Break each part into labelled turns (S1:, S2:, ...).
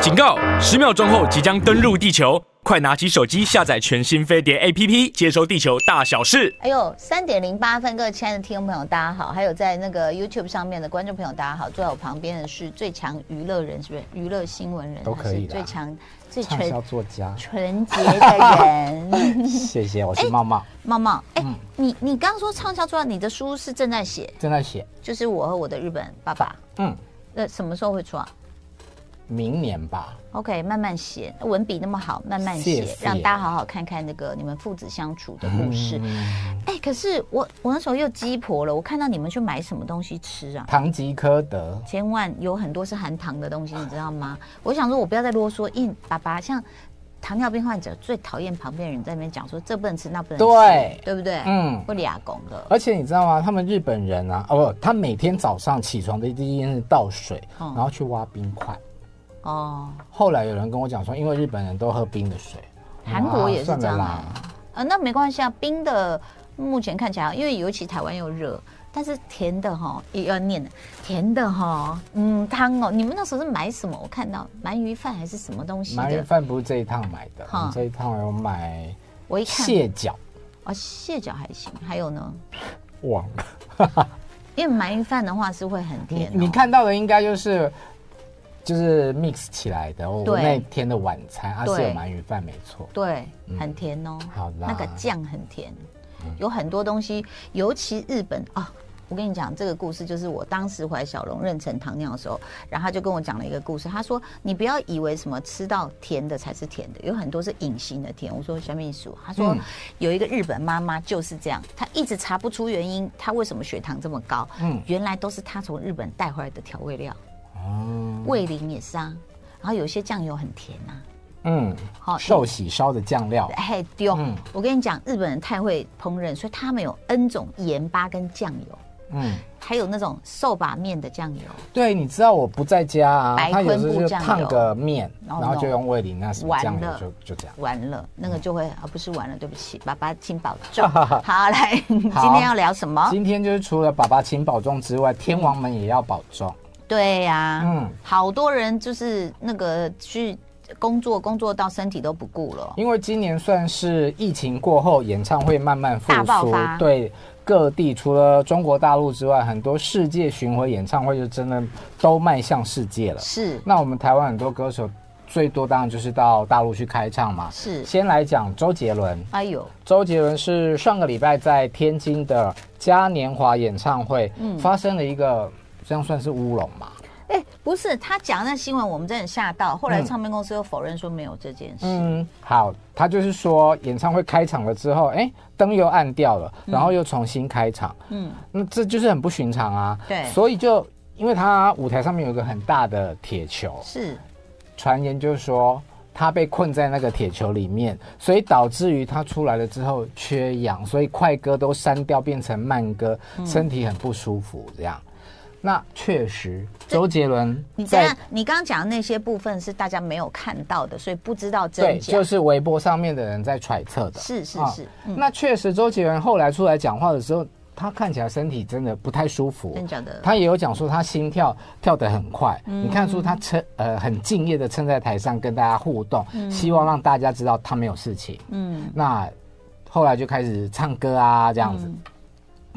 S1: 警告！十秒钟后即将登陆地球，快拿起手机下载全新飞碟 APP，接收地球大小事。
S2: 哎呦，三点零八分，各位亲爱的听众朋友，大家好！还有在那个 YouTube 上面的观众朋友，大家好！坐在我旁边的是最强娱乐人，是不是？娱乐新闻人
S3: 都可
S2: 还是
S3: 以啦
S2: 最强、最
S3: 畅销
S2: 纯，
S3: 作 家
S2: 纯洁的人。
S3: 谢谢，我是茂茂，
S2: 茂茂，哎、
S3: 嗯
S2: 你你刚刚说畅销作家，你的书是正在写，
S3: 正在写，
S2: 就是我和我的日本爸爸，
S3: 嗯，
S2: 那什么时候会出啊
S3: 明年吧，
S2: ？OK，慢慢写，文笔那么好，慢慢写，
S3: 谢谢
S2: 让大家好好看看那个你们父子相处的故事。
S3: 嗯，
S2: 哎、可是我我那时候又鸡婆了，我看到你们去买什么东西吃啊？
S3: 堂吉诃德，
S2: 千万有很多是含糖的东西，你知道吗？我想说，我不要再啰嗦，因为爸爸像糖尿病患者最讨厌旁边人在那边讲说这不能吃那不能吃，
S3: 对
S2: 对不对？嗯
S3: 嗯，
S2: 会俩拱的。
S3: 而且你知道吗？他们日本人啊，哦不，他每天早上起床的第一件事倒水，
S2: 嗯
S3: 然后去挖冰块。
S2: 哦，
S3: 后来有人跟我讲说，因为日本人都喝冰的水，
S2: 韩国也是
S3: 哇
S2: 这样
S3: 算了
S2: 哎、
S3: 啦
S2: 呃，那没关系啊，冰的目前看起来，因为尤其台湾又热，但是甜的哈也要念的，甜的哈，嗯，汤哦，你们那时候是买什么？我看到鳗鱼饭还是什么东西
S3: 鳗鱼
S2: 的，
S3: 饭不是这一趟买的，
S2: 哈
S3: 我们这一趟有买
S2: 我一看
S3: 蟹脚，
S2: 啊，蟹脚还行，还有呢，
S3: 忘了。
S2: 因为鳗鱼饭的话是会很
S3: 你
S2: 甜、哦
S3: 你看到的应该就是就是 mix 起来的，我
S2: 对
S3: 那天的晚餐啊
S2: 对
S3: 是有鳗鱼饭没错。
S2: 对，很甜哦。
S3: 嗯好啦嗯
S2: 那个酱很甜，有很多东西，尤其日本啊。我跟你讲，这个故事就是我当时怀小龙妊娠糖尿的时候，然后他就跟我讲了一个故事。他说：“你不要以为什么吃到甜的才是甜的，有很多是隐形的甜。”我说：“小秘书。”他说、
S3: 嗯
S2: 有一个日本妈妈就是这样，她一直查不出原因，她为什么血糖这么高？
S3: 嗯
S2: 原来都是她从日本带回来的调味料，
S3: 哦，
S2: 味淋也是啊，然后有些酱油很甜啊。
S3: 嗯，
S2: 好
S3: 寿喜烧的酱料，
S2: 嘿丢、
S3: 嗯
S2: 我跟你讲，日本人太会烹饪，所以他们有 N 种盐巴跟酱油，
S3: 嗯，
S2: 还有那种手把面的酱油。
S3: 对，你知道我不在家
S2: 白
S3: 啊，他有
S2: 昆
S3: 时
S2: 布
S3: 候就
S2: 酱油
S3: 烫个面，
S2: 哦
S3: 然后就用味淋那什么
S2: 完
S3: 酱
S2: 了
S3: 油，就就这样。
S2: 完了，那个就会、啊，不是完了，对不起，爸爸请保 重。好，来，今天要聊什么？
S3: 今天就是除了爸爸请保重之外，天王们也要保重。
S2: 对呀、
S3: 嗯，
S2: 好多人就是那个去工作，工作到身体都不顾了。
S3: 因为今年算是疫情过后，演唱会慢慢复
S2: 大爆
S3: 苏
S2: 发，
S3: 对各地除了中国大陆之外，很多世界巡回演唱会就真的都迈向世界了。
S2: 是
S3: 那我们台湾很多歌手最多当然就是到大陆去开唱嘛。
S2: 是，
S3: 先来讲周杰伦，
S2: 哎呦，
S3: 周杰伦是上个礼拜在天津的嘉年华演唱会、
S2: 嗯
S3: 发生了一个，这样算是乌龙嘛？
S2: 哎、不是，他讲那新闻，我们真的吓到。后来
S3: 嗯
S2: 唱片公司又否认说没有这件事。
S3: 嗯，好，他就是说演唱会开场了之后，哎，灯又暗掉了，然后又重新开场，
S2: 嗯，
S3: 那这就是很不寻常啊。
S2: 对
S3: 所以就因为他舞台上面有一个很大的铁球，
S2: 是
S3: 传言就说他被困在那个铁球里面，所以导致于他出来了之后缺氧，所以快歌都删掉变成慢歌，
S2: 嗯
S3: 身体很不舒服这样。那确实，周杰伦
S2: 你这
S3: 在
S2: 样，你刚刚讲的那些部分是大家没有看到的，所以不知道真
S3: 对，
S2: 假。
S3: 就是微博上面的人在揣测的。
S2: 是是
S3: 啊
S2: 是嗯
S3: 那确实，周杰伦后来出来讲话的时候，他看起来身体真的不太舒服
S2: 真。假的。
S3: 他也有讲说他心跳跳得很快，
S2: 嗯
S3: 你看出他撑呃很敬业的撑在台上跟大家互动，希望让大家知道他没有事情。
S2: 嗯，
S3: 那后来就开始唱歌啊这样子。
S2: 嗯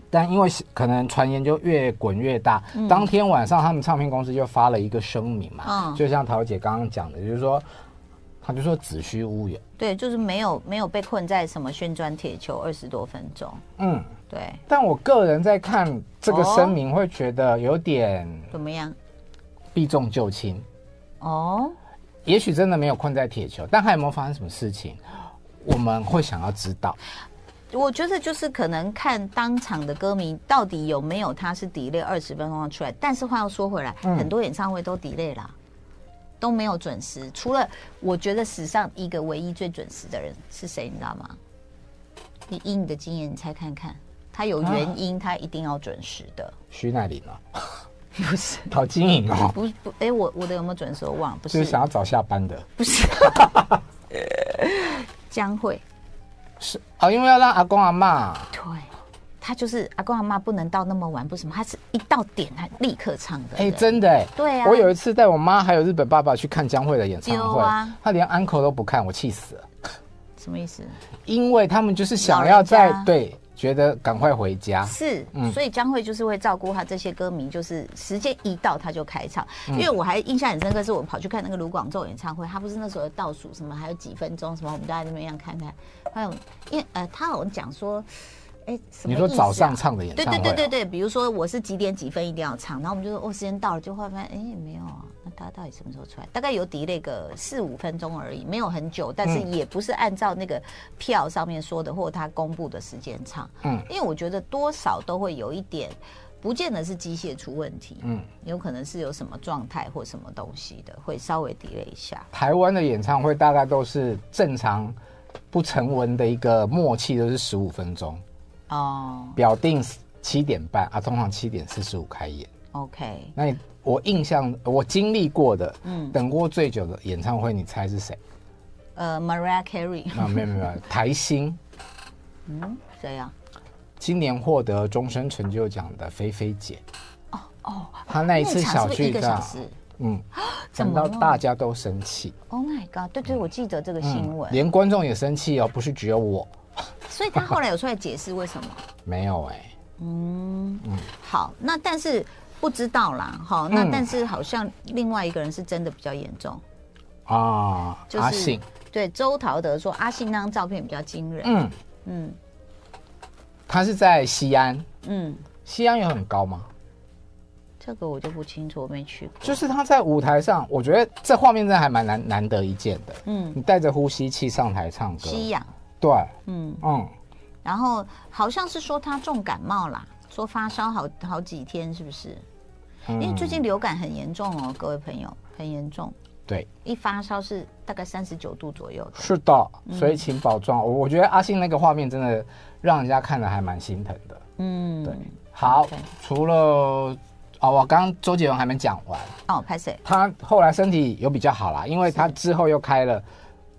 S3: 但因为是可能传言就越滚越大，当天晚上他们唱片公司就发了一个声明嘛，
S2: 嗯
S3: 就像桃姐刚刚讲的，就是说，他就说子虚乌有，
S2: 对，就是没有没有被困在什么旋转铁球二十多分钟。
S3: 嗯。
S2: 对，
S3: 但我个人在看这
S2: 哦
S3: 个声明，会觉得有点
S2: 怎么样？
S3: 避重就轻。
S2: 哦，
S3: 也许真的没有困在铁球，但还有没有发生什么事情，我们会想要知道。
S2: 我觉得就是可能看当场的歌迷到底有没有他是 delay 二十分钟出来。但是话又说回来，
S3: 嗯
S2: 很多演唱会都 delay 啦。都没有准时，除了我觉得史上一个唯一最准时的人是谁，你知道吗？你以你的经验，你猜看看，他有原因，他一定要准时的。
S3: 徐乃麟 哦，
S2: 不是，
S3: 陶晶莹哦，
S2: 不不，哎、我我的有没有准时我忘了，不
S3: 就是
S2: 是，
S3: 想要早下班 的，
S2: 不是，江蕙，
S3: 是哦，因为要让阿公阿妈
S2: 对，他就是阿公阿妈不能到那么晚，不什么，他是一到点他立刻唱的。
S3: 哎、真的哎、
S2: 对啊
S3: 我有一次带我妈还有日本爸爸去看江蕙的演唱
S2: 丢
S3: 会，
S2: 啊
S3: 她连 uncle 都不看，我气死了。
S2: 什么意思？
S3: 因为他们就是
S2: 老
S3: 想
S2: 人
S3: 要在
S2: 家
S3: 对，觉得赶快回家。
S2: 是，
S3: 嗯
S2: 所以江蕙就是会照顾他这些歌迷，就是时间一到他就开唱。
S3: 嗯
S2: 因为我还印象很深刻，是我跑去看那个卢广仲演唱会，他不是那时候有倒数什么还有几分钟什么，我们大家那边一样看看。还有，因为呃，他好像讲说，哎、什么、
S3: 你
S2: 意
S3: 说
S2: 思啊
S3: 早上唱的演
S2: 对
S3: 唱会、
S2: 对
S3: 哦，
S2: 对对对，比如说我是几点几分一定要唱，然后我们就说哦时间到了，就会发现哎没有啊，那他到底什么时候出来？大概有 delay 个四五分钟而已，没有很久，但是
S3: 嗯
S2: 也不是按照那个票上面说的或他公布的时间唱，
S3: 嗯
S2: 因为我觉得多少都会有一点。不见得是机械出问题，嗯
S3: 嗯，
S2: 有可能是有什么状态或什么东西的，会稍微 delay 一下。
S3: 台湾的演唱会大概都是正常不成文的一个默契，都是十五分钟，
S2: 哦
S3: 表定七点半啊，通常七点四十五开演。
S2: ，OK，
S3: 那你我印象我经历过的，嗯，等过最久的演唱会，你猜是谁？
S2: 呃，Mariah Carey，
S3: 啊，没有没有，没有台新
S2: 嗯，谁呀、
S3: 今年获得终身成就奖的菲菲姐，
S2: 哦，
S3: 她那一次
S2: 那场
S3: 小
S2: 是不是一
S3: 巨
S2: 个小
S3: 蛋，
S2: 时
S3: 嗯，
S2: 怎么
S3: 讲到
S2: 了
S3: 大家都生气，
S2: Oh my god！对对，我记得这个新闻，
S3: 嗯连观众也生气哦，不是只有我，
S2: 所以他后来有出来解释为什 么。
S3: 没有哎、
S2: 嗯，好，那但是不知道啦，哈，那
S3: 嗯
S2: 但是好像另外一个人是真的比较严重，
S3: 啊，
S2: 就是
S3: 阿信，
S2: 对周陶德说阿信那张照片比较惊人，
S3: 嗯，
S2: 嗯
S3: 他是在西安，
S2: 嗯，
S3: 西安有很高吗？
S2: 这个我就不清楚，我没去过，
S3: 就是他在舞台上，我觉得这画面真的还蛮难难得一见的。
S2: 嗯
S3: 你带着呼吸器上台唱歌，
S2: 吸氧，
S3: 对，
S2: 嗯，
S3: 嗯，
S2: 然后好像是说他重感冒啦，说发烧好好几天，是不是？
S3: 嗯
S2: 因为最近流感很严重哦，各位朋友，很严重，
S3: 对，
S2: 一发烧是大概三十九度左右的。
S3: 是的，
S2: 嗯
S3: 所以请保重。我我觉得阿信那个画面真的让人家看了还蛮心疼的。
S2: 嗯，
S3: 对好
S2: OK，
S3: 除了哦，我刚刚周杰伦还没讲完，
S2: 哦，拍谁？
S3: 他后来身体有比较好啦，因为他之后又开了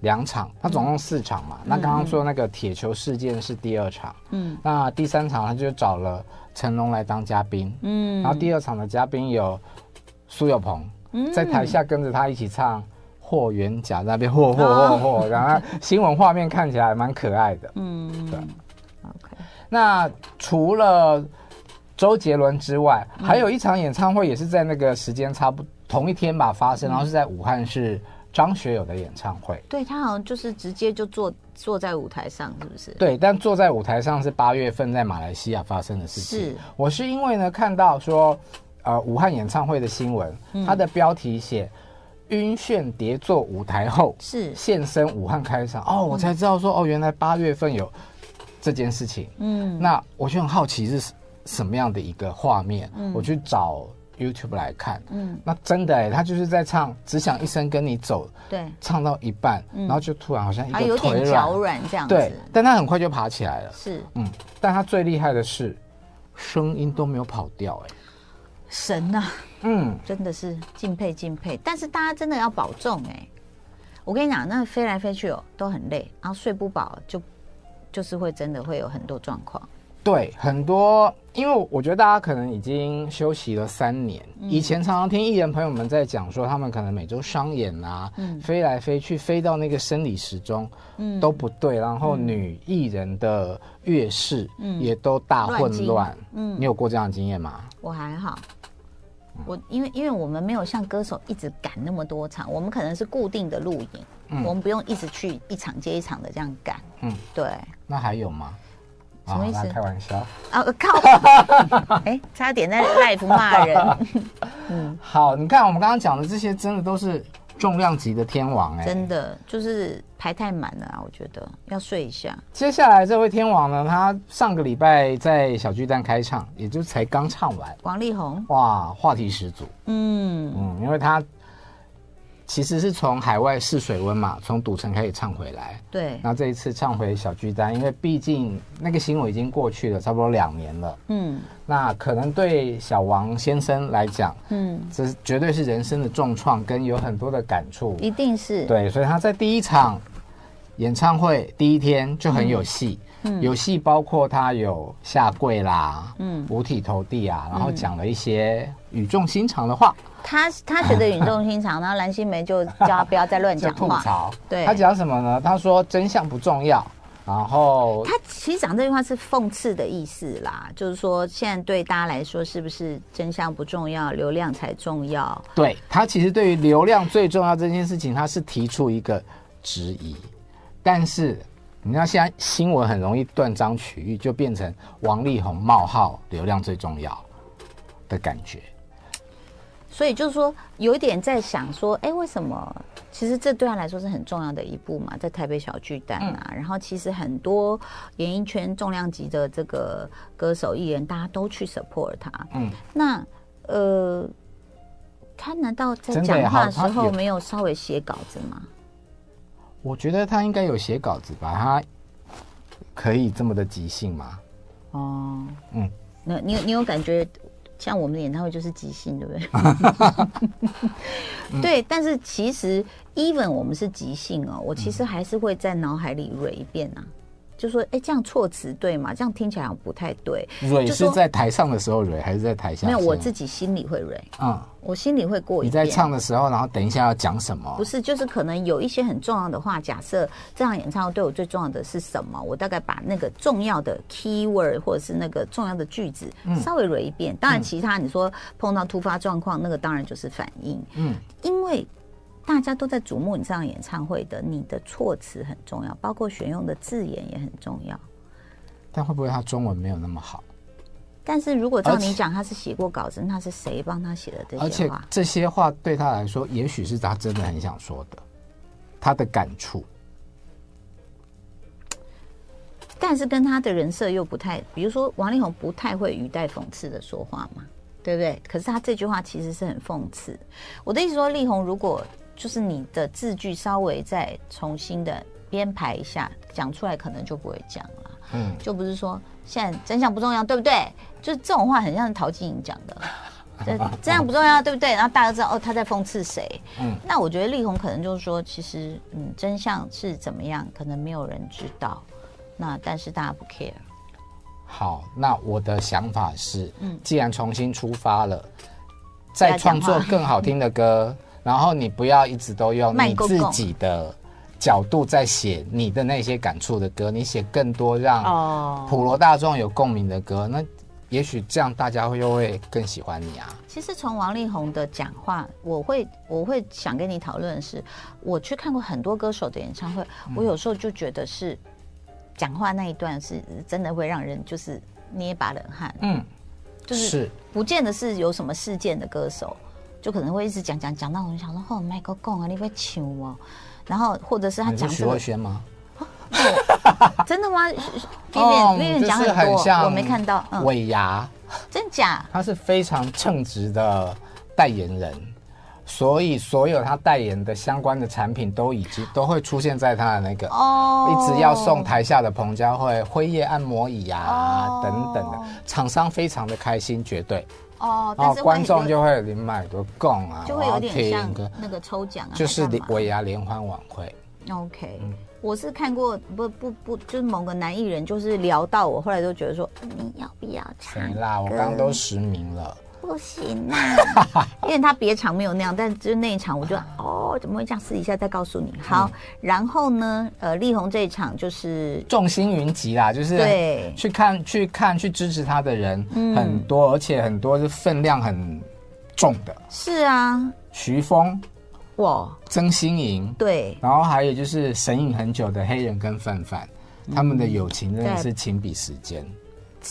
S3: 两场，他总共四场嘛。那刚刚说那个铁球事件是第二场，
S2: 嗯
S3: 嗯，那第三场他就找了成龙来当嘉宾，
S2: 嗯，
S3: 然后第二场的嘉宾有苏有朋，
S2: 嗯
S3: 在台下跟着他一起唱。霍元甲在那边霍霍霍霍，然后新闻画面看起来蛮可爱的。
S2: 嗯
S3: 对
S2: ，OK，
S3: 那除了周杰伦之外，还有一场演唱会也是在那个时间差不同一天吧发生，然后是在武汉是张学友的演唱会。
S2: 对他好像就是直接就坐坐在舞台上，是不是？
S3: 对，但坐在舞台上是八月份在马来西亚发生的事情。
S2: 是
S3: 我是因为呢看到说，呃，武汉演唱会的新闻，它的标题写“晕眩跌坐舞台后
S2: 是，
S3: 现身武汉开场”，哦，
S2: 嗯
S3: 我才知道说，哦，原来八月份有这件事情。
S2: 嗯
S3: 那我就很好奇是什么样的一个画面，我去找 YouTube 来看。
S2: 嗯，
S3: 那真的哎、他就是在唱《只想一生跟你走》，
S2: 对，
S3: 唱到一半，然后就突然好像一
S2: 嗯啊，有
S3: 个腿
S2: 点脚
S3: 软，
S2: 软这样
S3: 对
S2: 子，，
S3: 但他很快就爬起来了。
S2: 是
S3: 嗯，但他最厉害的是声音都没有跑掉哎、
S2: 神啊呐、
S3: 嗯，
S2: 真的是敬佩敬佩。但是大家真的要保重哎、我跟你讲，那飞来飞去哦，都很累，然后睡不饱就就是会真的会有很多状况。
S3: 对，很多，因为我觉得大家可能已经休息了三年，
S2: 嗯
S3: 以前常常听艺人朋友们在讲说，他们可能每周商演啊，
S2: 嗯
S3: 飞来飞去，飞到那个生理时钟，都不对，然后女艺人的月事，
S2: 嗯
S3: 也都大混乱，你有过这样的经验吗？
S2: 我还好，
S3: 嗯
S2: 我因为因为我们没有像歌手一直赶那么多场，我们可能是固定的录影，我们不用一直去一场接一场的这样赶。嗯
S3: 嗯，
S2: 对
S3: 那还有吗？
S2: 什么意思
S3: 啊那开玩笑。
S2: 啊，我靠！ 哎、差点在 live 骂 人，
S3: 好，你看我们刚刚讲的这些，真的都是重量级的天王哎、
S2: 真的就是排太满了啊！我觉得要睡一下。
S3: 接下来这位天王呢，他上个礼拜在小巨蛋开唱，也就才刚唱完，
S2: 王力宏，
S3: 哇，话题十足。
S2: 嗯，
S3: 嗯，因为他其实是从海外试水温嘛，从赌城开始唱回来，
S2: 对，
S3: 那这一次唱回小巨蛋，因为毕竟那个新闻已经过去了，差不多两年了。
S2: 嗯
S3: 那可能对小王先生来讲，
S2: 嗯，
S3: 这是绝对是人生的重创，跟有很多的感触。
S2: 一定是，
S3: 对，所以他在第一场演唱会第一天就很有戏，有戏包括他有下跪啦，嗯，五体投地啊，然后讲了一些语重心长的话，
S2: 他他觉得语重心 长，然后蓝心湄就叫他不要再乱
S3: 就
S2: 讲
S3: 吐
S2: 话。
S3: 槽。
S2: 对
S3: 他讲什么呢？他说真相不重要，然后
S2: 他其实讲这句话是讽刺的意思啦，就是说现在对大家来说，是不是真相不重要，流量才重要？
S3: 对他其实对于流量最重要这件事情，他是提出一个质疑，但是你知道现在新闻很容易断章取义，就变成王力宏冒号流量最重要的感觉。
S2: 所以就是说，有一点在想说，哎，为什么？其实这对他来说是很重要的一步嘛，在台北小巨蛋啊，
S3: 嗯
S2: 然后其实很多演艺圈重量级的这个歌手艺人，大家都去 support 他。
S3: 嗯
S2: 嗯，那呃，他难道在
S3: 真的耶
S2: 讲话
S3: 好
S2: 的时
S3: 他
S2: 候
S3: 有
S2: 没有稍微写稿子吗？
S3: 我觉得他应该有写稿子吧，他可以这么的即兴吗？
S2: 哦，
S3: 嗯
S2: 嗯，那你有你有感觉，像我们的演唱会就是即兴，对 不对？对，但是其实 even 我们是即兴哦，我其实
S3: 嗯
S2: 还是会在脑海里蕊一遍啊，就说哎、诶这样措辞对吗？这样听起来好像不太对。
S3: 蕊
S2: 就是说
S3: 在台上的时候蕊，还是在台下？
S2: 没有，我
S3: 自
S2: 自己心里会蕊，
S3: 嗯，
S2: 我心里会过一
S3: 你在
S2: 遍。啊
S3: 唱的时候，然后等一下要讲什么
S2: 不？是，就是可能有一些很重要的话，假设这场演唱会对我最重要的是什么，我大概把那个重要的 keyword 或者是那个重要的句子
S3: 嗯
S2: 稍微捋一遍。当然，其他你说碰到突发状况，那个当然就是反应。
S3: 嗯，
S2: 因为大家都在瞩目你这场演唱会的，你的措辞很重要，包括选用的字眼也很重要。
S3: 但会不会他中文没有那么好？
S2: 但是如果照
S3: 而且
S2: 你讲，他是写过稿子，那是谁帮他写的
S3: 而
S2: 这些
S3: 且
S2: 话？
S3: 这些话对他来说，也许是他真的很想说的，他的感触。
S2: 但是跟他的人设又不太，比如说王力宏不太会语带讽刺的说话嘛，对不对？可是他这句话其实是很讽刺。我的意思说，力宏如果就是你的字句稍微再重新的编排一下，讲出来可能就不会讲了。
S3: 嗯，
S2: 就不是说现在真相不重要，对不对？就这种话很像陶晶莹讲的，这真相不重要，对不对？然后大家知道哦，他在讽刺谁？
S3: 嗯
S2: 嗯，那我觉得力宏可能就是说，其实嗯，真相是怎么样，可能没有人知道。那但是大家不 care，
S3: 好，那我的想法是，
S2: 嗯
S3: 既然重新出发了，
S2: 不
S3: 再
S2: 要讲
S3: 创
S2: 话
S3: 作更好听的歌，然后你不要一直都用
S2: 慢
S3: 你
S2: 勾勾
S3: 自己的角度在写你的那些感触的歌，你写更多让
S2: 哦。
S3: 普罗大众有共鸣的歌，那也许这样大家会又会更喜欢你啊。
S2: 其实从王力宏的讲话，我会我会想跟你讨论的是，我去看过很多歌手的演唱会，
S3: 嗯
S2: 我有时候就觉得是讲话那一段是真的会让人就是捏一把冷汗。
S3: 嗯，
S2: 就是
S3: 是
S2: 不见得是有什么事件的歌手，就可能会一直讲讲讲到我们想说，哦，Michael Gong 啊，你会抢哦。然后或者是他
S3: 你是
S2: 讲
S3: 徐
S2: 这
S3: 若
S2: 个，
S3: 瑄吗？
S2: 真的吗
S3: 哦
S2: ？Vivian Vivian 讲
S3: 就是
S2: 很多，
S3: 像
S2: 我没看到，嗯，
S3: 尾牙。
S2: 真假？
S3: 他是非常称职的代言人，所以所有他代言的相关的产品都已经都会出现在他的那个，
S2: 哦，
S3: 一直要送台下的彭佳慧辉夜按摩椅啊、
S2: 哦
S3: 等等的，厂商非常的开心，绝对，
S2: 哦，
S3: 然
S2: 但
S3: 后
S2: 是会
S3: 观众
S2: 有
S3: 就会你买多供啊，
S2: 就会
S3: 我要
S2: 有点像
S3: 听歌，
S2: 那个抽奖啊，
S3: 就是嗯
S2: 还干嘛
S3: 尾牙联欢晚会，
S2: OK，、我是看过不不不，就是某个男艺人，就是聊到我，后来就觉得说嗯你要不要
S3: 谁
S2: 唱
S3: 啦？我
S2: 歌
S3: 刚刚都实名了，
S2: 不行啊， 因为他别场没有那样，但就那一场，我就哦，怎么会这样？试一下再告诉
S3: 嗯
S2: 你。好，然后呢，呃，力宏这一场就是
S3: 众星云集啦，就是
S2: 对
S3: 去看去看去支持他的人
S2: 嗯
S3: 很多，而且很多是分量很重的，
S2: 是啊，
S3: 徐峰、
S2: 我
S3: 曾心莹，
S2: 对
S3: 然后还有就是神隐很久的黑人跟范范，他们的友情真的
S2: 嗯对
S3: 是情比时间，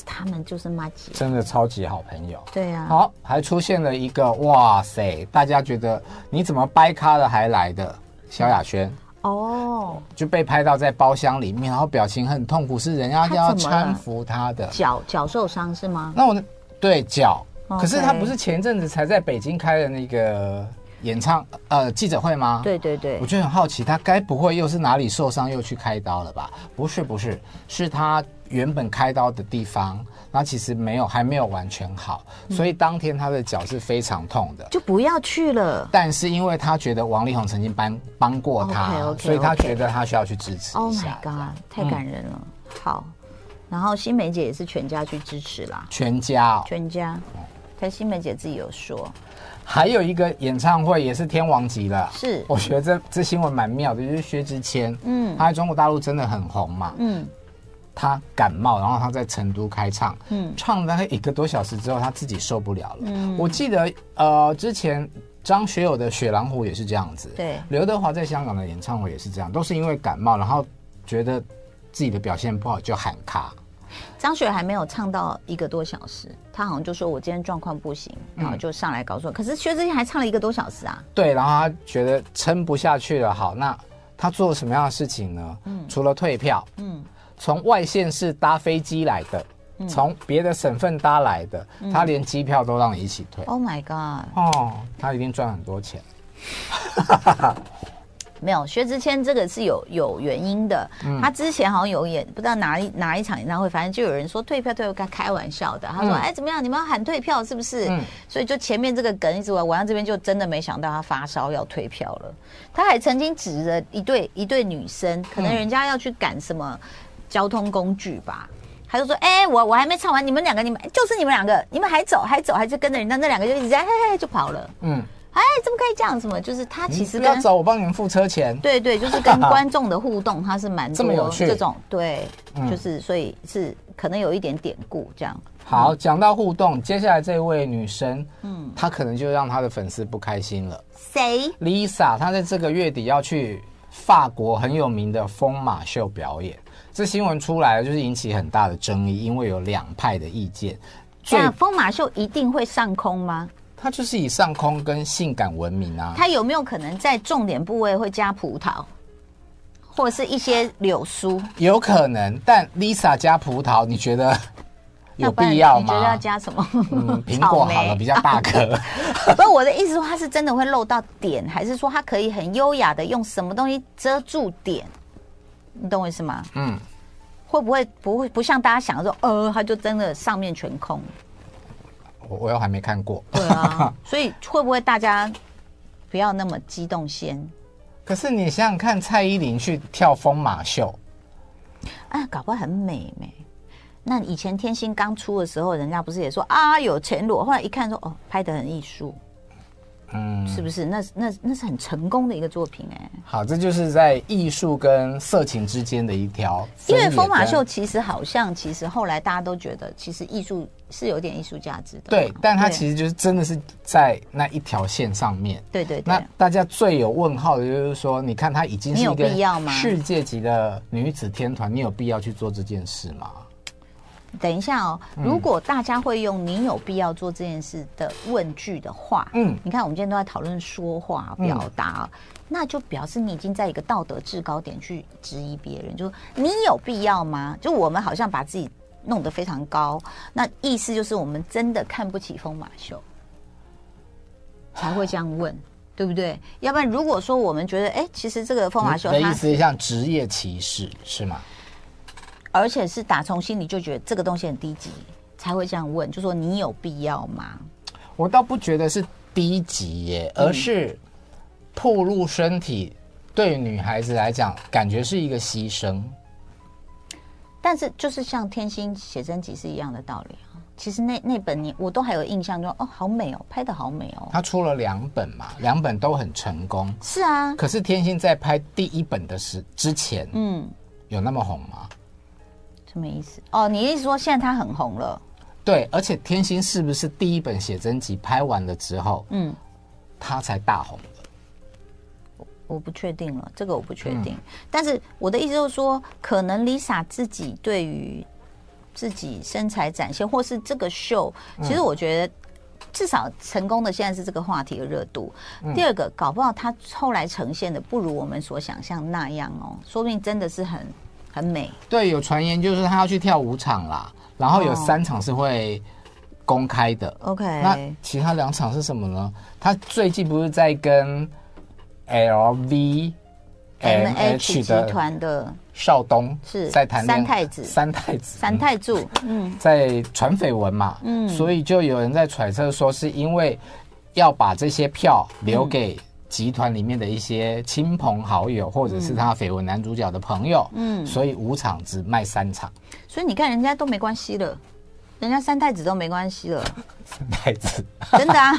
S2: 他们就是妈姐，
S3: 真的超级好朋友。
S2: 对啊，
S3: 好，还出现了一个哇塞，大家觉得你怎么掰咖了还来的萧亚轩。
S2: 哦，
S3: 就被拍到在包厢里面，然后表情很痛苦，是人家
S2: 他
S3: 要
S2: 怎么了
S3: 搀扶他的。
S2: 脚脚受伤是吗？
S3: 那我对脚，
S2: OK
S3: 可是他不是前阵子才在北京开的那个演唱呃记者会吗？，
S2: 对对对
S3: 我，就很好奇，他该不会又是哪里受伤又去开刀了吧？不是不是，是他原本开刀的地方，那其实没有还没有完全好，
S2: 嗯
S3: 所以当天他的脚是非常痛的。
S2: 就不要去 了。
S3: 但是因为他觉得王力宏曾经帮帮过他
S2: OK，OK，OK
S3: 所以他觉得他需要去支持
S2: Oh
S3: 一
S2: my
S3: 下。
S2: god，太感人了。好，然后新梅姐也是全家去支持啦，
S3: 全家哦。
S2: 全家。但新梅姐自己有说，
S3: 还有一个演唱会也是天王级了，
S2: 是
S3: 我觉得这这新闻蛮妙的，就是薛之谦，
S2: 嗯
S3: 他在中国大陆真的很红嘛，
S2: 嗯
S3: 他感冒，然后他在成都开唱，
S2: 嗯
S3: 唱了大概一个多小时之后，他自己受不了了。我记得呃，之前张学友的《雪狼湖》也是这样子，
S2: 对
S3: 刘德华在香港的演唱会也是这样，都是因为感冒，然后觉得自己的表现不好就喊卡。
S2: 张学友还没有唱到一个多小时，他好像就说我今天状况不行，然后就上来告诉我。可是薛之谦还唱了一个多小时啊，
S3: 对，然后他觉得撑不下去了，好，那他做了什么样的事情呢？除了退票，
S2: 嗯
S3: 从外县市搭飞机来的，从别的省份搭来的，
S2: 嗯
S3: 他连机票都让你一起退。
S2: ，Oh my god，
S3: 哦，他一定赚很多钱。
S2: 没有薛之谦这个是有有原因的，
S3: 嗯
S2: 他之前好像有演不知道哪一哪一场演唱会，反正就有人说退票退票，开开玩笑的，他说
S3: 嗯
S2: 哎、怎么样，你们要喊退票是不是？
S3: 嗯
S2: 所以就前面这个梗一直玩玩到这边，就真的没想到他发烧要退票了。他还曾经指着一对一对女生，可能人家要去赶什么交通工具吧。他就说：“哎、我我还没唱完，你们两个，你们就是你们两个，你们还走还走，还是跟着人家那两个就一直在嘿嘿嘿就跑了。
S3: 嗯，
S2: 哎，怎么可以这样？什么就是他其实
S3: 你不要
S2: 跟
S3: 找我帮你们付车钱。
S2: 对对，就是跟观众的互动，它是蛮
S3: 这么有
S2: 多
S3: 趣
S2: 这种对，
S3: 嗯
S2: 就是所以是可能有一点典故这样。
S3: 好，讲到互动，接下来这位女生，嗯，她可能就让她的粉丝不开心了。
S2: 谁？
S3: Lisa，她在这个月底要去法国很有名的疯马秀表演，这新闻出来了，就是引起很大的争议，因为有两派的意见。
S2: 这
S3: 最
S2: 样疯马秀一定会上空吗？
S3: 她就是以上空跟性感闻名啊，
S2: 它有没有可能在重点部位会加葡萄，或者是一些柳酥？
S3: 有可能，但 Lisa 加葡萄，你 觉得有
S2: 那不然
S3: 必要
S2: 你觉得要
S3: 吗？
S2: 加什 么？
S3: 嗯，苹
S2: 草
S3: 果
S2: 莓
S3: 好了，比较大 颗。
S2: 不是我的意思说，它是真的会露到点，还是说它可以很优雅的用什么东西遮住点？你懂我意思吗？
S3: 嗯，
S2: 会不会不会不像大家想的说，呃，它就真的上面全空？
S3: 我我又还没看过。
S2: 对啊，所以会不会大家不要那么激动先？
S3: 可是你想想看，蔡依林去跳疯马秀，
S2: 哎，搞不好很美美。那以前天星刚出的时候，人家不是也说啊有前裸，后来一看说哦拍的很艺术，
S3: 嗯，
S2: 是不是？那那那是很成功的一个作品哎、
S3: 好，这就是在艺术跟色情之间的一条
S2: 因
S3: 分野
S2: 为
S3: 跟。
S2: 疯马秀其实好像其实后来大家都觉得其实艺术是有点艺术价值的嘛，
S3: 对，但它
S2: 对
S3: 其实就是真的是在那一条线上面。
S2: 对对对
S3: 那，大家最有问号的就是说，你看她已经是一
S2: 你有必要
S3: 个
S2: 吗
S3: 世界级的女子天团，你有必要去做这件事吗？
S2: 等一下哦，
S3: 嗯
S2: 如果大家会用“你有必要做这件事”的问句的话，
S3: 嗯
S2: 嗯，你看我们今天都在讨论说话
S3: 嗯
S2: 表达，哦那就表示你已经在一个道德制高点去质疑别人，就是你有必要吗？就我们好像把自己弄得非常高，那意思就是我们真的看不起风马秀，才会这样问。对不对？要不然，如果说我们觉得，哎，其实这个风马
S3: 你
S2: 秀
S3: 的
S2: 它
S3: 意思像职业歧视是吗？
S2: 而且是打从心里就觉得这个东西很低级，才会这样问，就说你有必要吗？
S3: 我倒不觉得是低级耶，
S2: 嗯
S3: 而是暴露身体对女孩子来讲，感觉是一个牺牲。
S2: 但是就是像天心写真集是一样的道理啊。其实那那本你我都还有印象中，哦，好美哦，拍的好美哦。
S3: 她出了两本嘛，两本都很成功。
S2: 是啊，
S3: 可是天心在拍第一本的时之前，
S2: 嗯，
S3: 有那么红吗？
S2: 什么意思？哦，你意思说现在他很红了？
S3: 对，而且天心是不是第一本写真集拍完了之后，
S2: 嗯，
S3: 她才大红的？
S2: 我不确定了，这个我不确
S3: 嗯
S2: 定。但是我的意思就是说，可能 Lisa 自己对于自己身材展现，或是这个秀，
S3: 嗯
S2: 其实我觉得。至少成功的现在是这个话题的热度。
S3: 嗯
S2: 第二个，搞不好它后来呈现的不如我们所想象那样哦，说不定真的是很很美。
S3: 对，有传言就是她要去跳舞场啦，然后有
S2: 哦
S3: 三场是会公开的。那
S2: OK，
S3: 其他两场是什么呢？他最近不是在跟 LV、
S2: MH 集
S3: 的
S2: 团的
S3: 邵东
S2: 是
S3: 在谈恋
S2: 三太子
S3: 三太子
S2: 三太柱，嗯，
S3: 在传绯闻嘛，
S2: 嗯嗯
S3: 所以就有人在揣测说是因为要把这些票留给集团里面的一些亲朋好友，或者是他绯闻男主角的朋友，嗯，所以五场只卖 三场，
S2: 所以你看人家都没关系了，人家三太子都没关系了，
S3: 三太子。
S2: 真的啊，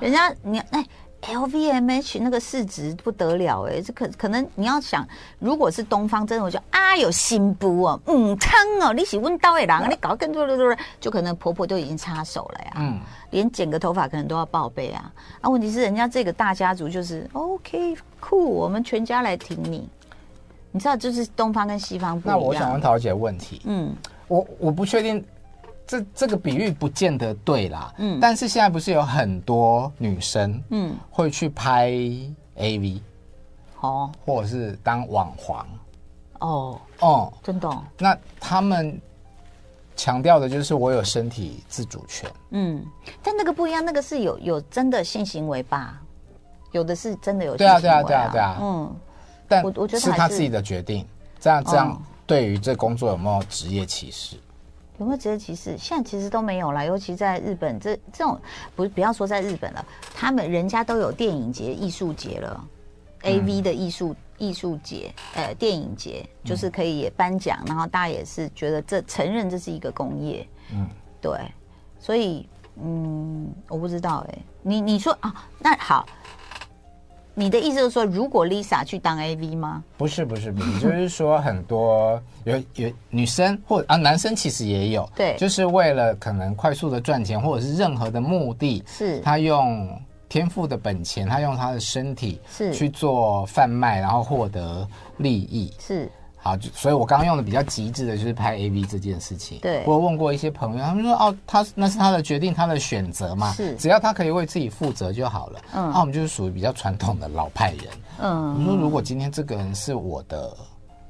S2: 人家你哎。LVMH 那个市值不得了哎、这可可能你要想，如果是东方，真的我就啊有新布哦，嗯汤哦，你喜问刀也狼，你搞更多多多，就可能婆婆都已经插手了呀，
S3: 嗯
S2: 连剪个头发可能都要报备啊。啊，问题是人家这个大家族就是 OK cool，我们全家来挺你，你知道就是东方跟西方不一
S3: 那
S2: 样。
S3: 我想问桃姐问题，
S2: 嗯，
S3: 我我不确定这这个比喻不见得对啦，
S2: 嗯
S3: 嗯，但是现在不是有很多女生，
S2: 嗯
S3: 嗯，会去拍 AV
S2: 好
S3: 或者是当网黄
S2: 哦，
S3: 哦，
S2: 真的哦、
S3: 那他们强调的就是我有身体自主权，
S2: 嗯，但那个不一样，那个是有有真的性行为吧？有的是真的有性
S3: 对
S2: 行
S3: 啊
S2: 为、
S3: 对啊对啊对啊
S2: 嗯，
S3: 但
S2: 我我觉得
S3: 是
S2: 还
S3: 他
S2: 是
S3: 自己的决定，这样这
S2: 哦
S3: 样对于这工作有没有职业歧视？
S2: 有没有职业歧视？现在其实都没有啦，尤其在日本，这这种不不要说在日本了，他们人家都有电影节、艺术节了、a v 的艺术艺术节，呃，电影节就是可以也颁奖，然后大家也是觉得这承认这是一个工业，嗯
S3: 嗯，
S2: 对，所以嗯，我不知道哎、你你说啊，那好，你的意思就是说，如果 Lisa 去当 AV 吗？
S3: 不是不是 不是，就是说很多有有女生或啊男生其实也有，
S2: 对
S3: 就是为了可能快速的赚钱或者是任何的目的，
S2: 是
S3: 他用天赋的本钱，他用他的身体
S2: 是
S3: 去做贩卖，然后获得利益。
S2: 是，
S3: 好，就所以我刚刚用的比较极致的就是拍 AV 这件事情。
S2: 对
S3: 我有问过一些朋友，他们说哦，他那是他的决定，他的选择嘛，
S2: 是
S3: 只要他可以为自己负责就好了。
S2: 嗯
S3: 嗯，那我们就是属于比较传统的老派人。
S2: 嗯，
S3: 我说如果今天这个人是我的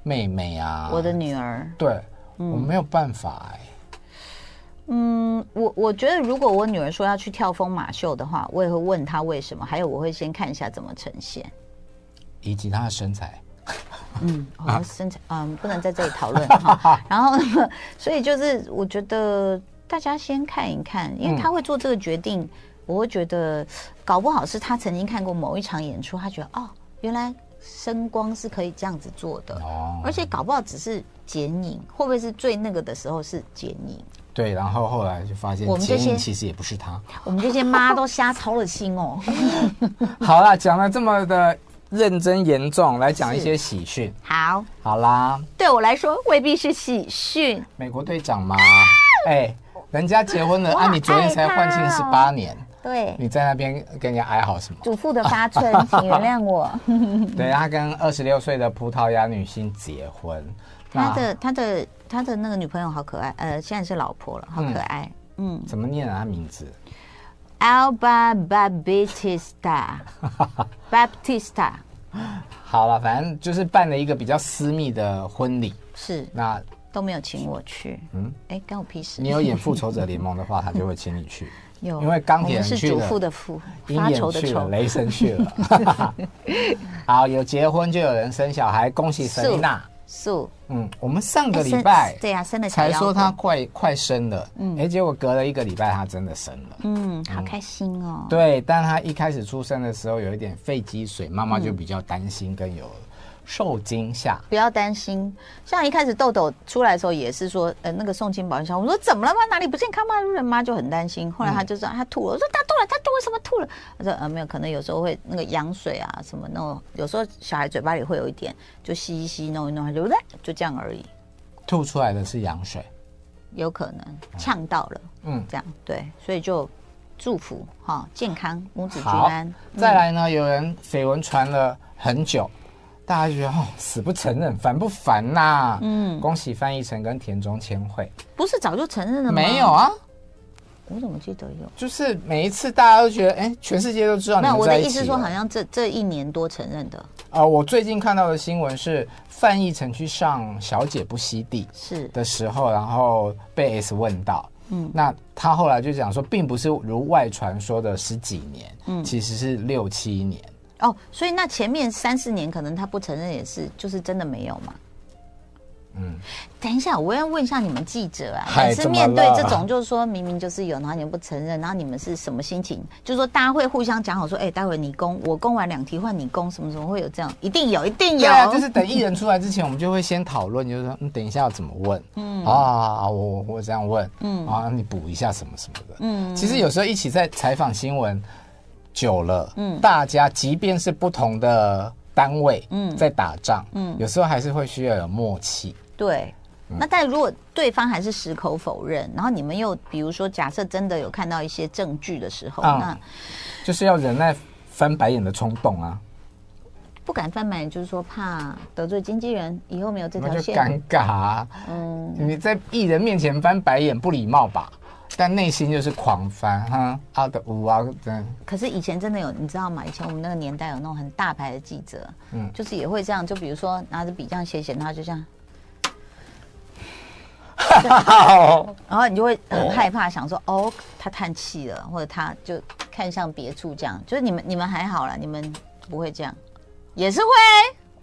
S3: 妹妹啊，
S2: 我的嗯女儿。
S3: 对，我没有办法哎、
S2: 嗯，我我觉得如果我女儿说要去跳疯马秀的话，我也会问她为什么，还有我会先看一下怎么呈现。
S3: 以及她的身材，
S2: 嗯，哦，身材，嗯，不能在这里讨论哈。然后，所以就是我觉得大家先看一看，因为她会做这个决定，我会觉得搞不好是她曾经看过某一场演出，她觉得哦，原来声光是可以这样子做的，
S3: 哦
S2: 而且搞不好只是剪影，会不会是最那个的时候是剪影？
S3: 对，然后后来就发现
S2: 我们这
S3: 剪
S2: 些
S3: 影其实也不是她。
S2: 我们这些妈都瞎操了心哦。
S3: 好啦，讲了这么的认真严重，来讲一些喜讯。
S2: 好。
S3: 好啦，
S2: 对我来说未必是喜讯。
S3: 美国队长嘛，哎、人家结婚了
S2: 我好哦
S3: 啊，你昨天才换庆十八年，
S2: 对，
S3: 你在那边跟人家哀嚎什么？
S2: 祖父的发春，请原谅 我。
S3: 啊
S2: 嗯
S3: 对，他跟二十六岁的葡萄牙女星结婚，
S2: 他的他的他的那个女朋友好可爱，呃，现在是老婆了，好可爱。嗯
S3: 怎么念啊？他名字
S2: Alba Baptista Baptista
S3: 好了，反正就是办了一个比较私密的婚礼。
S2: 是
S3: 那
S2: 都没有请我去。嗯，哎，关我屁事。
S3: 你有演《复仇者联盟》的话，他就会请你去。
S2: 有
S3: 因为钢铁
S2: 我
S3: 人
S2: 们是
S3: 去
S2: 祖
S3: 了
S2: 父的父，
S3: 鹰
S2: 发愁
S3: 眼
S2: 的
S3: 去了，
S2: 愁。
S3: 雷神去 了。好，有结婚就有人生小孩，恭喜
S2: 是
S3: 沈丽娜。
S2: 素
S3: 嗯，我们上个
S2: 哎
S3: 礼
S2: 生
S3: 拜
S2: 对呀，生了小
S3: 才
S2: 妖
S3: 说
S2: 怪
S3: 她快快生了，嗯，哎，结果隔了一个礼拜她真的生了。
S2: 嗯，好开心哦。
S3: 对，但她一开始出生的时候有一点肺积水，妈妈就比较担心跟有受惊吓。
S2: 不要担心，像一开始豆豆出来的时候也是说，呃，那个送亲保险箱，我说怎么了吗？哪里不健康吗？路人妈就很担心。
S3: 嗯
S2: 后来她就说她吐了，我说她吐了，她吐为什么吐了？她说呃没有，可能有时候会那个羊水啊什么那种，有时候小孩嘴巴里会有一点，就吸一吸弄一弄，她就呃就这样而已，
S3: 吐出来的是羊水，
S2: 有可能呛到了，嗯
S3: 嗯，
S2: 这样对，所以就祝福哈、健康母子均嗯
S3: 好
S2: 安。，
S3: 再来呢，有人绯闻传了很久，大家觉得哦，死不承认，烦不烦呐、嗯，恭喜范逸臣跟田中千惠，
S2: 不是早就承认了吗？
S3: 没有，啊，
S2: 我怎么记得有？
S3: 就是每一次大家都觉得，哎、全世界都知道你
S2: 没有，
S3: 们
S2: 我
S3: 在
S2: 的
S3: 一
S2: 意
S3: 起
S2: 思
S3: 了。
S2: 说好像这这一年多承认的
S3: 呃，我最近看到的新闻是范逸臣去上《小姐不惜地》
S2: 是。
S3: 的时候，然后被 S 问到，嗯，那他后来就讲说，并不是如外传说的十几年，嗯，其实是六七年。
S2: 哦，所以那前面三四年可能他不承认也是，就是真的没有嘛。嗯，等一下，我要问一下你们记者啊，
S3: 嗨
S2: 每次
S3: 怎么
S2: 面对
S3: 了
S2: 这种，就是说明明就是有，然后你们不承认，然后你们是什么心情？就是说大家会互相讲好说，哎、待会你攻，我攻完两题换你攻，什么什么会有这样？一定有，一定
S3: 对
S2: 有，
S3: 啊，就是等艺人出来之前，我们就会先讨论，就是说，嗯，等一下要怎么问，嗯，啊，我我这样问，嗯，啊，你补一下什么什么的，嗯，其实有时候一起在采访新闻久了，嗯，大家即便是不同的单位，嗯，在打仗，嗯，有时候还是会需要有默契，
S2: 对。
S3: 嗯
S2: 那但如果对方还是矢口否认，然后你们又比如说假设真的有看到一些证据的时候，
S3: 嗯
S2: 那
S3: 就是要忍耐翻白眼的冲动啊，
S2: 不敢翻白眼，就是说怕得罪经纪人，以后没有这
S3: 那
S2: 条
S3: 就
S2: 线。
S3: 尴尬、啊，
S2: 嗯，
S3: 你在艺人面前翻白眼不礼貌吧？但内心就是狂翻哈啊的五啊，对，
S2: 可是以前真的有，你知道吗？以前我们那个年代有那种很大牌的记者，嗯，就是也会这样，就比如说拿着笔这样写写，然后就这 样，然后你就会很害怕，想说哦，他叹气了，或者他就看向别处这样。就是你们你们还好啦，你们不会这样，也是会。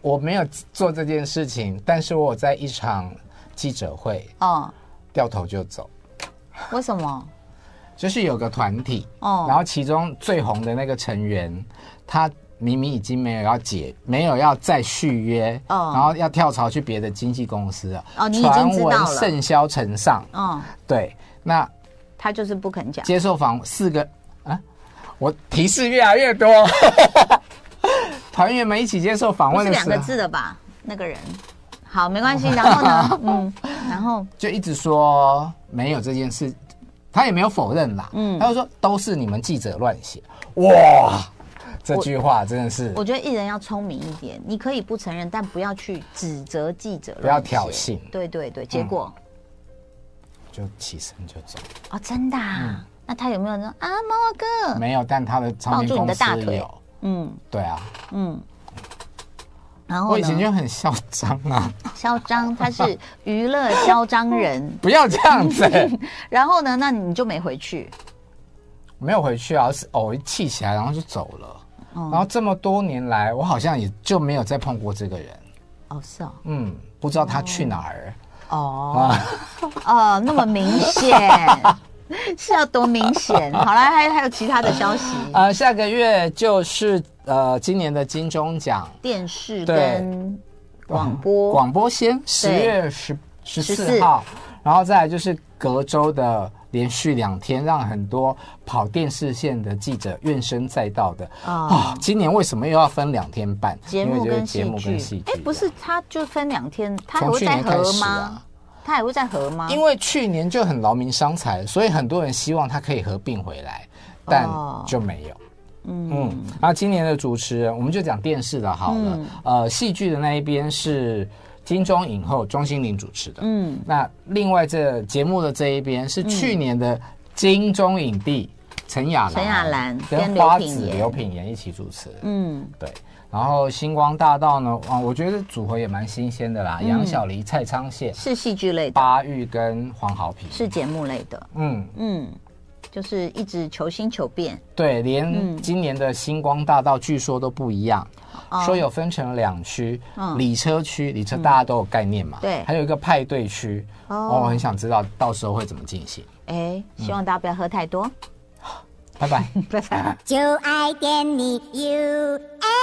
S3: 我没有做这件事情，但是我在一场记者会
S2: 哦，
S3: 掉头就走，
S2: 为什么？
S3: 就是有个团体，
S2: 哦
S3: 然后其中最红的那个成员，他明明已经没有要解，没有要再续约，
S2: 哦
S3: 然后要跳槽去别的经纪公司了，
S2: 哦你已经
S3: 传
S2: 知道
S3: 闻
S2: 了
S3: 甚嚣尘上，
S2: 嗯，
S3: 对，那
S2: 他就是不肯 讲。
S3: 接受访四个啊，我提示越来越多。 团员们一起接受访
S2: 不
S3: 问
S2: 是
S3: 的
S2: 两
S3: 时
S2: 个
S3: 候，
S2: 字的吧？那个人，好，没关系。然后呢？嗯，然后
S3: 就一直说没有这件事，他也没有否认啦。嗯，他就说都是你们记者乱写。哇，这句话真的是
S2: 我觉得艺人要聪明一点，你可以不承认，但不要去指责记者乱写，
S3: 不要挑衅嗯
S2: 对对对，结果
S3: 就起身就走，
S2: 哦，真的
S3: 嗯
S2: 啊？那他有没有说啊，猫猫哥？
S3: 没有，但他的唱
S2: 抱
S3: 片
S2: 住你
S3: 公
S2: 的大
S3: 司
S2: 腿
S3: 有。
S2: 嗯
S3: 对啊，
S2: 嗯。然后
S3: 我以前
S2: 呢？
S3: 就很嚣张啊，
S2: 嚣张，他是娱乐嚣张人。
S3: 不要这样子，
S2: 然后呢？那你就没回去。
S3: 没有回去啊，是偶一气起来然后就走了。
S2: 哦
S3: 然后这么多年来，我好像也就没有再碰过这个人。
S2: 哦，是哦。
S3: 嗯，不知道他去哪儿。
S2: 哦，
S3: 啊
S2: 哦，那么明 显，是要多明显？好啦，还还有其他的消息，
S3: 呃，下个月就是呃今年的金钟奖
S2: 电视
S3: 对
S2: 跟广播，
S3: 广播先十
S2: 对
S3: 月十十四
S2: 14
S3: 号，然后再来就是隔周的连续两天，让很多跑电视线的记者怨声载道的啊、
S2: 啊
S3: 今年为什么又要分两天办？
S2: 节
S3: 因
S2: 目
S3: 为就是
S2: 跟
S3: 节
S2: 戏
S3: 目跟戏
S2: 剧
S3: 剧，，啊
S2: 哎，不是，他就分两天，他还
S3: 从
S2: 会
S3: 去
S2: 再
S3: 年开
S2: 合
S3: 始
S2: 吗
S3: 啊？。
S2: 他还会再合吗？
S3: 因为去年就很劳民伤财，所以很多人希望它可以合并回来，但
S2: 哦
S3: 就没有。嗯，那、今年的主持人，我们就讲电视的好
S2: 嗯
S3: 了。呃，戏剧的那一边是金钟影后钟欣凌主持的。
S2: 嗯，
S3: 那另外这节目的这一边是去年的金钟影帝陈雅兰，
S2: 陈雅兰
S3: 跟
S2: 跟
S3: 花
S2: 刘品
S3: 子
S2: 言
S3: 刘品言一起主持。
S2: 嗯，
S3: 对，然后星光大道呢，啊、我觉得组合也蛮新鲜的啦，杨小黎、蔡昌宪、
S2: 是戏剧类的，
S3: 巴育跟黄豪平
S2: 是节目类的，
S3: 嗯，
S2: 嗯，就是一直求新求变，
S3: 对，
S2: 嗯
S3: 连今年的星光大道据说都不一样，说有分成两区，
S2: 哦嗯
S3: 礼车区，礼车大家都有概念嘛，
S2: 对
S3: 还有一个派对区，
S2: 哦
S3: 哦，我很想知道到时候会怎么进行，
S2: 哎，希望大家不要 喝太多，
S3: 拜拜。
S2: 拜拜。
S4: 就爱点你 UFO。